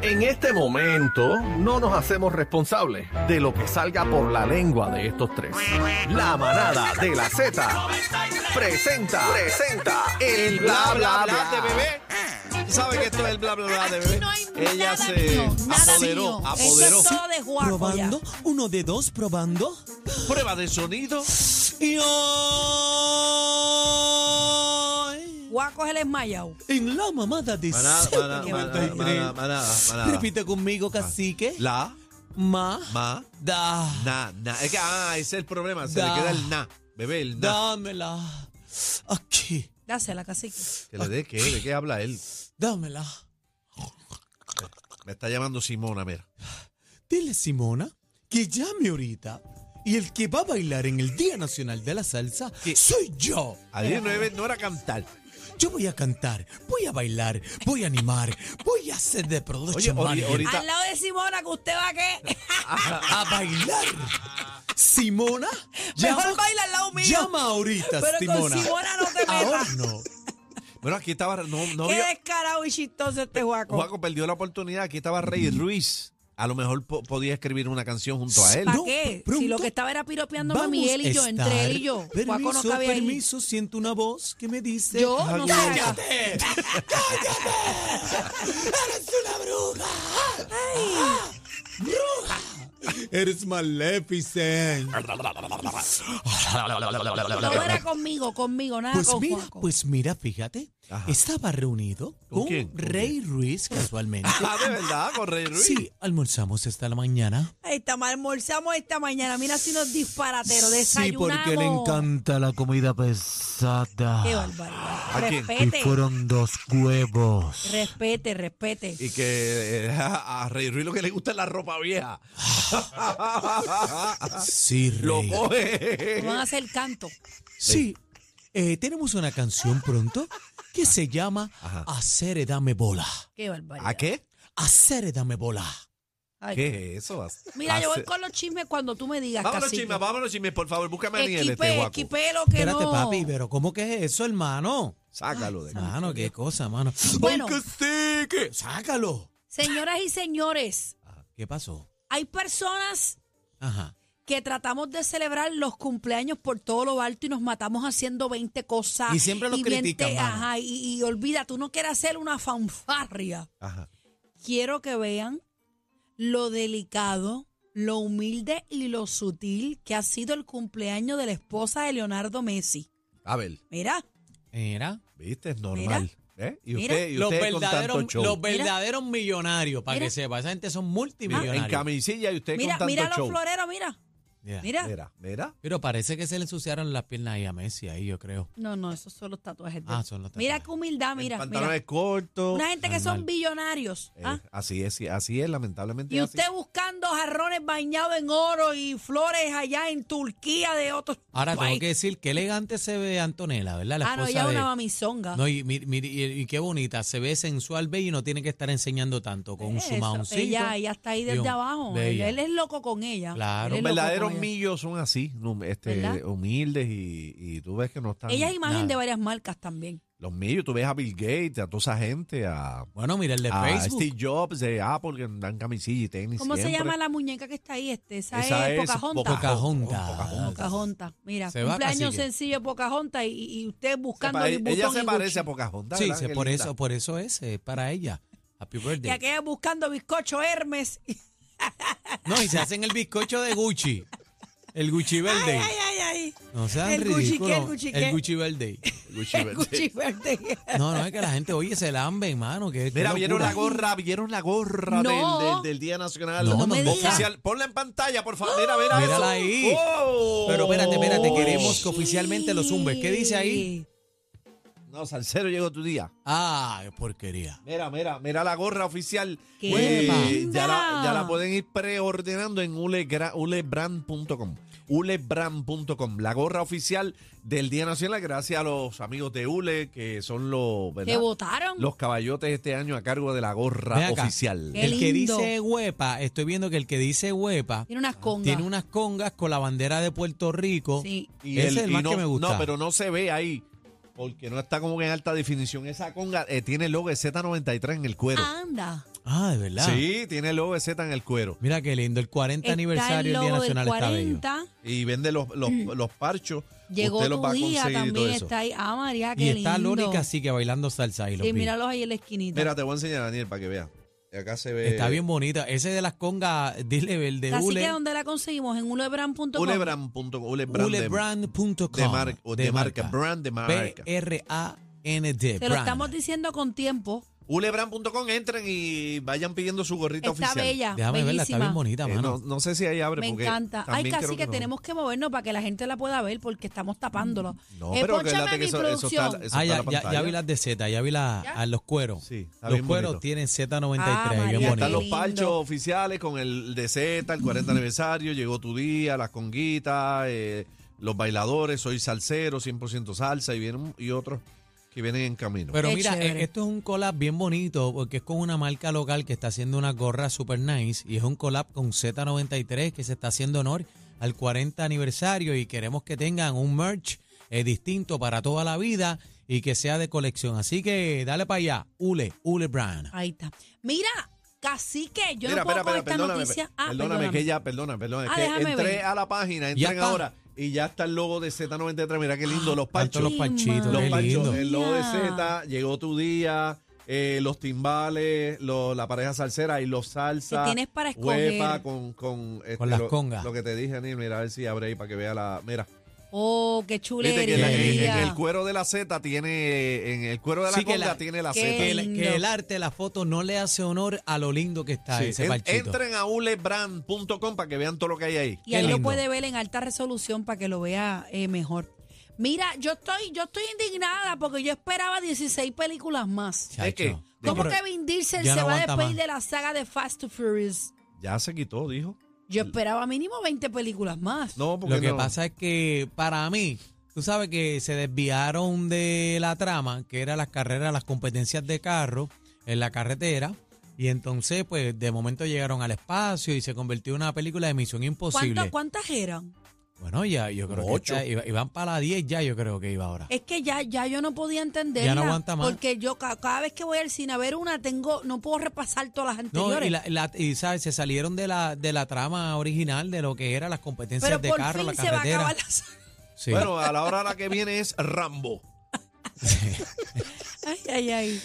En este momento no nos hacemos responsables de lo que salga por la lengua de estos tres. La manada de la Z presenta, presenta el bla bla bla de bebé. Tú sabes que esto es el bla bla bla de bebé. No hay Ella nada se mío, nada apoderó, mío. apoderó. Esto es todo de guapo ya. Probando, uno de dos, probando. Prueba de sonido. Y hoy, Guaco es el esmayao. en la mamada de Manada, manada, manada, 193. manada, manada, manada. Repite conmigo, cacique. La, Ma, ma, da, na, na. Es que, ah, ese es el problema. Se Da. le queda el na. Bebé, el na. dámela. Aquí, Dásela, cacique. ¿Que le dé qué? ¿De qué habla él? dámela. Me está llamando Simona, mira. Dile, Simona, que llame ahorita. Y el que va a bailar en el Día Nacional de la Salsa ¿Qué? soy yo. Ayer no era, no era cantar. Yo voy a cantar, voy a bailar, voy a animar, voy a hacer de Oye, Production oye, Manager. ahorita- Al lado de Simona, que usted va a qué. a bailar. Simona, Mejor baila al lado mío. Llama ahorita, Pero Simona. con Simona no te Ahora metas. no. Bueno, aquí estaba. No, no Qué vio- descarado y chistoso este guaco. Juaco perdió la oportunidad. Aquí estaba Rey Ruiz. A lo mejor po- podía escribir una canción junto a él. ¿Para No, qué? pronto Si lo que estaba era piropeándome a Vamos mí, él y yo, a entre estar- él y yo. Guaco no Permiso, cabía ahí. permiso, siento una voz que me dice. Yo no sé. ¡Cállate! ¡Cállate! ¡Eres una bruja! ¡Ah! ¡Bruja! Eres maléficent. Ah, No era conmigo, conmigo, nada Pues con mira, Juaco. pues mira, fíjate, Ajá. estaba reunido ¿Con con, quién? ¿Con Rey Ruiz casualmente. Ah, de verdad, con Rey Ruiz. Sí, almorzamos hasta la mañana. Ahí está, mal almorzamos esta mañana. Mira si nos disparateros, Sí, desayunamos. porque le encanta la comida pesada. Qué barbaridad. quién? Y Respete, fueron dos huevos. respete, respete. Y que eh, a a Rey Ruiz lo que le gusta es la ropa vieja. Ah. Sí, Lo Rey. coge. Van a hacer canto. Sí, eh, tenemos una canción pronto que se llama Ajá. Hacer e dame bola. Qué barbaridad. ¿A qué? Hacer e dame bola. Ay, ¿Qué es eso? Mira, yo voy Hace- con los chismes cuando tú me digas, Vámonos, cacique. chismes, vámonos, chismes. Por favor, búscame a Daniel este Equipe, guaco. equipe lo que Espérate, no. papi, pero ¿cómo que es eso, hermano? Sácalo de aquí. Mano, qué cosa, mano. Bueno. ¡Ay, que sí, que- ¡Sácalo! Señoras y señores, ¿Qué pasó? hay personas Ajá. que tratamos de celebrar los cumpleaños por todo lo alto y nos matamos haciendo 20 cosas. Y siempre los bien critican, te- mano. Ajá, y, y olvida, tú no quieres hacer una fanfarria. Ajá. Quiero que vean lo delicado, lo humilde y lo sutil que ha sido el cumpleaños de la esposa de Leonardo Messi. A ver, Mira, Mira, viste, es normal. ¿Eh? Y Mira. usted, y los usted con tanto verdaderos, show. los verdaderos millonarios, para Mira. Ah. que sepa. Esa gente son Mira, multimillonarios. en camisilla y usted mira, con tanto mira los show. floreros, mira, Ya. mira. Mira, mira. Pero parece que se le ensuciaron las piernas ahí a Messi, ahí yo creo. No, no, esos son los tatuajes de Ah, él. son los Mira tatuajes. qué humildad, mira. en mira. pantalones cortos. Una gente que son Normal. billonarios. Eh, ¿ah? Así es, sí, así es, lamentablemente. Y es así. usted buscando jarrones bañados en oro y flores allá en Turquía de otros. Ahora tengo países. que decir qué elegante se ve Antonella, ¿verdad? La Ah, no, esposa ella es de- una mamizonga. No, y, mir- mir- y- y qué bonita, se ve sensual, bella y no tiene que estar enseñando tanto con Eso, su maoncito. Ella, ella está ahí desde Dios, abajo. bella. Él es loco con ella. Claro. Él Los es loco verdaderos con ella. millos son así, no, este, ¿Verdad? humildes y, y tú ves que no están. Ella es imagen Nada. de varias marcas también. Los millos, tú ves a Bill Gates, a toda esa gente, a, Bueno, mira el de a Facebook. Ah, Steve Jobs de Apple que dan camisilla y tenis. ¿Cómo se siempre. llama la muñeca que está ahí? Este? Esa, Esa es es Pocahontas. Pocahontas. Pocahontas. Pocahontas. Pocahontas. Mira, Se va, cumpleaños cacique. sencillo Pocahontas y, y usted Se buscando pare- el ella botón se y parece Gucci. a Pocahontas. Sí, ¿verdad? se- Qué por linda. eso, por eso es, es para ella. Happy Y birthday. aquella buscando bizcocho Hermes. ay, No, y se hacen el bizcocho de Gucci. El Gucci verde. ay, ay. No sean El Gucci, ridículos. ¿qué? El Gucci, ¿qué? verde. Gucci Mane. Gucci verde. No, no, es que la gente, oye, se lambe, hermano. Que, Mira, vieron la la gorra, vieron la gorra No. del, del- del Día Nacional No, No me digas. oficial. Ponla en pantalla, por favor. Mira, mira Mírala eso. ahí. ¡Oh! Pero espérate, espérate, queremos Sí. que oficialmente lo zumbes. ¿Qué dice ahí? No, Salcero, llegó tu día. Ah, qué porquería. Mira, mira, mira la gorra oficial. ¡Qué Güey, linda! ya, la, ya la pueden ir preordenando en ulegra- ulebrand.com. Ulebrand.com, la gorra oficial del Día Nacional, gracias a los amigos de Ule, que son los, ¿verdad? Que votaron. los caballotes este año a cargo de la Ven gorra acá. oficial. Qué el que lindo. dice huepa, estoy viendo que el que dice huepa Tiene unas congas. tiene unas congas con la bandera de Puerto Rico. Sí. Y Ese el- es el y más no, que me gusta. No, pero no se ve ahí, porque no está como que en alta definición. Esa conga eh, tiene el logo de Z93 en el cuero. Anda. Ah, de verdad. Sí, tiene el OBZ en el cuero. Mira qué lindo, el 40 aniversario del Día Nacional está bello. Y vende los, los, los parchos. Mm. Llegó Usted los va tu a día conseguir y todo también, eso. está ahí. Ah, María, qué Y está lindo. Lónica así que bailando salsa y los Sí, vi. míralos ahí en la esquinita. Mira, te voy a enseñar, Daniel, para que veas. Acá se ve. Está bien bonita. Ese de las congas, dile el de Así Ule, que, ¿dónde la conseguimos? En ulebran.com. Ulebran.com. Ulebran. de- ulebrand.com. de, mar- o de marca. Brand de marca. B-R-A-N-D. Te lo estamos diciendo con tiempo. Ulebran.com. Entren y vayan pidiendo su gorrita Está oficial. bella, Déjame verla, está bellísima. bien bonita, Eh, no, mano. no sé si ahí abre. Me porque encanta. Ay, también casi creo que, no. tenemos que movernos para que la gente la pueda ver porque estamos tapándolo. Mm, No, Eh, pero pónchame acuérdate mi que eso, eso producción. está, eso está Ah, en ya, la ya, ya pantalla. vi las de Z, ya vi la, ¿Ya? a los cueros. Sí, está los bien cueros bonito. tienen Z93, Ah, bien Y María, bonito. están Qué los lindo. parchos oficiales con el de Z, el 40 aniversario, llegó tu día, las conguitas, eh, los bailadores, soy salsero, 100% salsa y, vienen, y otros que vienen en camino. Pero Qué mira, chévere. eh, esto es un collab bien bonito porque es con una marca local que está haciendo una gorra super nice y es un collab con Z93 que se está haciendo honor al 40 aniversario y queremos que tengan un merch eh, distinto para toda la vida y que sea de colección. Así que dale para allá, Ule, Ule Brand. Ahí está. Mira, cacique, yo Mira, no puedo espera, con espera, esta perdóname, noticia. pe- Ah, perdóname, que ya, perdona, perdona, es Ah, que déjame entré ver. a la página, Ya entren está. ahora y ya está el logo de Z93, mira qué Ah, lindo, los Tanto parchos. los Sí, parchitos, Los qué panchos, lindo. el logo de Mira. Z, llegó tu día, eh, los timbales, lo- la pareja salsera y los salsa. Que tienes para escoger. Huepa con, con, este, Con las lo- congas. Lo que te dije, Anil, mira a ver si abre ahí para que vea la. Mira. Oh, qué Viste que la- en, chulería. en el cuero de la Z tiene. En el cuero de la Sí, que conga la- tiene la que- Que Z. el, lindo. que el arte, la foto no le hace honor a lo lindo que está Sí, ese en- parchito. entren a ulebrand.com para que vean todo lo que hay ahí. Y Qué ahí lo lindo. puede ver en alta resolución para que lo vea eh, mejor. Mira, yo estoy, yo estoy indignada porque yo esperaba 16 películas más. Chacho. ¿De qué? Yo ¿Cómo creo- que Vin Diesel ya se no va a aguanta despedir más. de la saga de Fast to Furious? Ya se quitó, dijo. Yo esperaba mínimo 20 películas más. No, porque Lo que no. pasa es que para mí, tú sabes que se desviaron de la trama, que era las carreras, las competencias de carro en la carretera. Y entonces, pues, de momento llegaron al espacio y se convirtió en una película de Misión ¿Cuántas, Imposible. ¿Cuántas eran? Bueno, ya, yo creo Como que ocho. está- iba- iban para la 10 ya, yo creo que iba ahora. Es que ya, ya yo no podía entenderla. Ya no aguanta más. Porque yo ca- cada vez que voy al cine a ver una, tengo, no puedo repasar todas las No, anteriores. y, la- la- y, sabes, se salieron de la, de la trama original de lo que eran las competencias Pero de por carro, la fin se va a carretera. acabar la saga. Sí. Bueno, a la hora a la que viene es Rambo. Ay, ay, ay.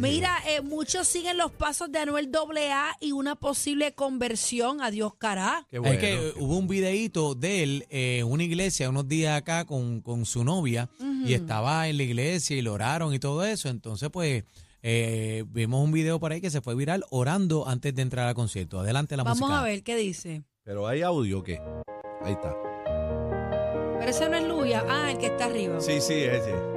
Mira, eh, muchos siguen los pasos de Anuel AA y una posible conversión. Adiós, cará. Qué bueno. Es que eh, hubo un videíto de él eh, en una iglesia unos días acá con, con su novia y estaba en la iglesia y lo oraron y todo eso. Entonces, pues, eh, vimos un video por ahí que se fue viral orando antes de entrar al concierto. Adelante la Vamos música. a ver qué dice. Pero hay audio, o ¿qué? Ahí está. Pero ese no es Luya. Ah, el que está arriba. Sí, sí, es ese.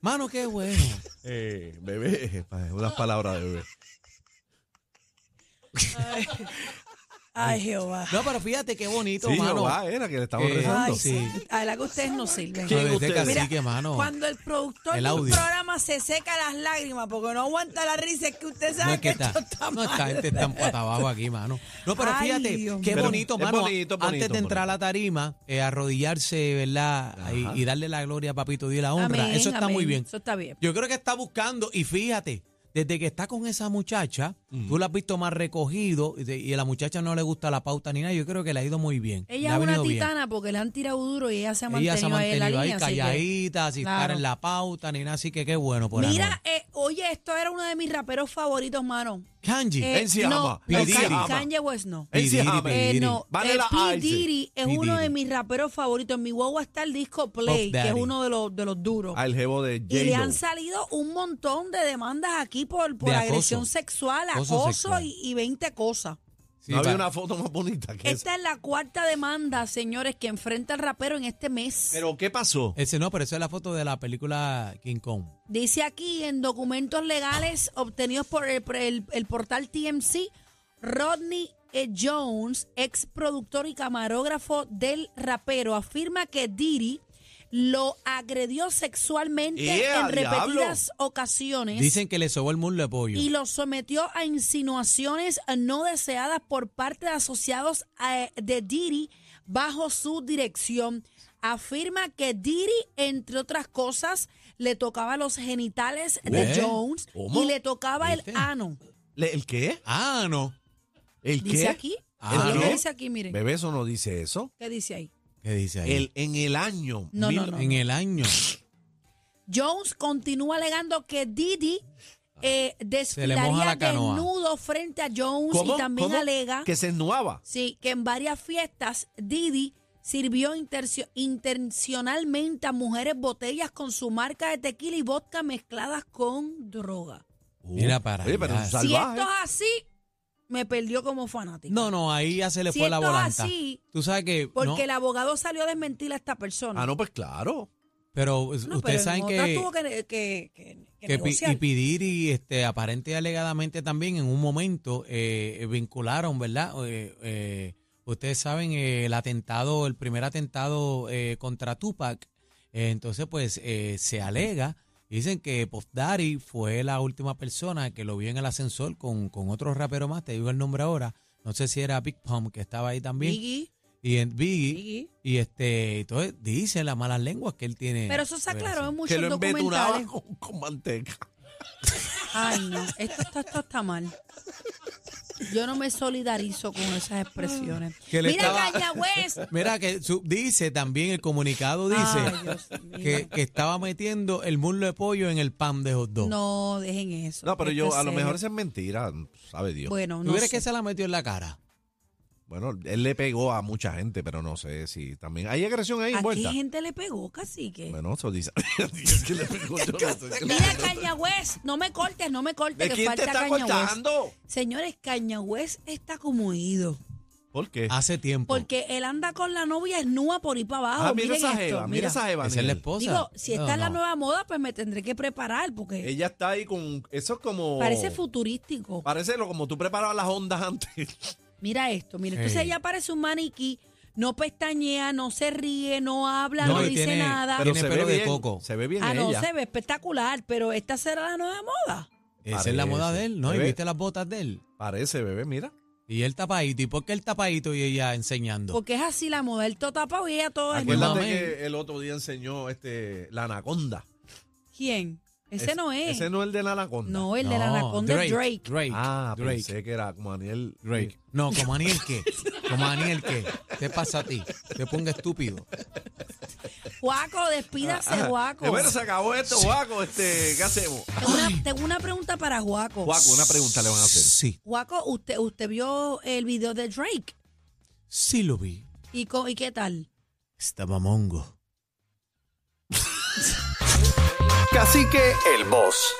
Mano, qué bueno. Eh, bebé, unas palabras de bebé. Ay, Jehová. No, pero fíjate qué bonito, Sí, mano. Jehová era que le estamos Eh, rezando. Ay, sí. Sí. A la que ustedes no sirven. No, desde ustedes? cacique, Mira, mano. Cuando el productor El del audio. programa se seca las lágrimas porque no aguanta la risa, es que usted sabe No es que que está, esto está no, mal. esta gente está en pata abajo aquí, mano. No, pero Ay, fíjate, Dios qué mío. bonito, Pero es mano. bonito, bonito, antes de entrar a la tarima, eh, arrodillarse, ¿verdad? Y, y darle la gloria a Papito Dios y la honra. Amén, Eso está muy amén. bien. Eso está bien. Yo creo que está buscando, y fíjate, desde que está con esa muchacha, Mm. tú la has visto más recogido y, de- y a la muchacha no le gusta la pauta ni nada. Yo creo que le ha ido muy bien. Le Ella ha es una venido bien. titana porque le han tirado duro y ella se ha mantenido, Ella se ha ahí en la mantenido ahí línea. así que- calladita, sin estar Claro. en la pauta ni nada. Así que qué bueno por Mira, Anuel. eh, oye, esto era uno de mis raperos favoritos, mano. Kanji. Eh, Él sí ama, no, no, él sí Kan- ama. Kanye West no. Él sí ah, Pidiri, ama. Pidiri. Eh, no, eh, Vanilla P. Ice. Diddy es P. uno de Diddy. mis raperos favoritos. En mi guagua está el disco Play, Puff que es Daddy. uno de los, de los duros. Al jevo de Y le J-Lo. han salido un montón de demandas aquí por, por De acoso. agresión sexual, Acoso acoso sexual. y, y 20 cosas. Sí, no había pa- una foto más bonita que esa. Esta es la cuarta demanda, señores, que enfrenta el rapero en este mes. Pero ¿qué pasó? Ese no, pero esa es la foto de la película King Kong. Dice aquí en documentos legales obtenidos por el, por el- el portal TMC, Rodney eh, Jones, ex productor y camarógrafo del rapero, afirma que Diddy lo agredió sexualmente ¡Ea, en repetidas diablo! ocasiones Dicen que le sobó el muslo de pollo. y lo sometió a insinuaciones no deseadas por parte de asociados eh, de Diri bajo su dirección. Afirma que Diri, entre otras cosas, le tocaba los genitales ¿Eh? de Jones ¿Cómo? y le tocaba el ¿Viste? ano. ¿Le- ¿El qué? Ah, no. ¿El Dice qué? aquí. Ah, ¿Qué es lo que ¿no? dice aquí? Miren. Bebé, eso no dice eso. ¿Qué dice ahí? ¿Qué dice ahí? El, en el año. No, mil- no, no. en el año. Jones continúa alegando que Didi eh, le moja desfilaría la canoa. desnudo frente a Jones ¿Cómo? y también ¿Cómo? alega Que se ennuaba. Sí, que en varias fiestas Didi sirvió intercio- intencionalmente a mujeres botellas con su marca de tequila y vodka mezcladas con droga. Mira para Oye, pero allá. un Si salvaje. esto es así, me perdió como fanático. No, no, ahí ya se le Si fue la esto es volanta. así, Tú sabes que. Porque no, el abogado salió a desmentir a esta persona. Ah, no, pues claro. pero No, pero ustedes en saben otra que. tuvo que, que- que- que que pi- negociar. y pedir y este aparente y alegadamente también en un momento eh, eh, vincularon, ¿verdad? Eh, eh, ustedes saben eh, el atentado, el primer atentado eh, contra Tupac. Eh, entonces, pues eh, se alega, dicen que Puff Daddy fue la última persona que lo vio en el ascensor con, con otro rapero más, te digo el nombre ahora. No sé si era Big Pump que estaba ahí también Biggie, y en Biggie Biggie. y este entonces dicen las malas lenguas que él tiene. Pero eso se aclaró en Que muchos lo embetunaba documentales. con, con manteca. Ay, no, esto, está- esto está mal. Yo no me solidarizo con esas expresiones. Que le Mira, estaba- Cañagüez, Mira que su- dice también el comunicado dice Ay, Dios mío. que, que estaba metiendo el muslo de pollo en el pan de hot dog. No, dejen eso. No, pero Esto yo, es a lo serio. mejor eso es mentira, sabe Dios. Bueno, ¿Tú no crees sé. que se la metió en la cara? Bueno, él le pegó a mucha gente, pero no sé si también. Hay agresión ahí ¿A qué envuelta. gente le pegó, cacique? Bueno, eso dice. Dios, que le pegó, yo no sé qué le- Mira, Cañagüez, no me cortes, no me cortes, ¿De que quién te falta está Cañagüez. cortando? Señores, Cañagüez está como ido. ¿Por qué? Ah. Hace tiempo. Porque él anda con la novia esnúa por ahí para abajo. Ah, mira Miren esa esto, jeva, mira mira. esa jeva. Esa es la Daniel. esposa. Digo, si No, está la no. nueva moda, pues me tendré que preparar, porque Ella está ahí con. Eso es como. parece futurístico. Parece lo como tú preparabas las ondas antes. Mira esto, mira. Entonces Ey. ella parece un maniquí, no pestañea, no se ríe, no habla, no, No, y dice tiene- nada. Tiene pelo de coco. Se ve bien Ah, no, ella. se ve espectacular, pero esta será la nueva moda. Esa es la moda Parece. de él, ¿no? Y Bebé. viste las botas de él. Parece, bebé, mira. Y él tapadito. ¿Y por qué el tapadito y ella enseñando? Porque es así la moda, el todo tapado y ella todo es Aquel- Acuérdate mamá, que el otro día enseñó este la anaconda. ¿Quién? Ese Es- no es. Ese no es el de la anaconda. no, el de la No, anaconda es Drake. Drake. Ah, Drake. pensé que era como Daniel Drake. No, como Aniel qué. Como Aniel qué. Te pasa a ti. Te ponga estúpido. Guaco, despídase, Guaco. Eh, bueno, se acabó esto, Guaco. Este, ¿Qué hacemos? Tengo una, tengo una pregunta para Guaco. Guaco, una pregunta le van a hacer. Sí, Guaco, usted, usted vio el video de Drake. sí lo vi. ¿Y, co- y qué tal? Estaba mongo. Cacique, el boss.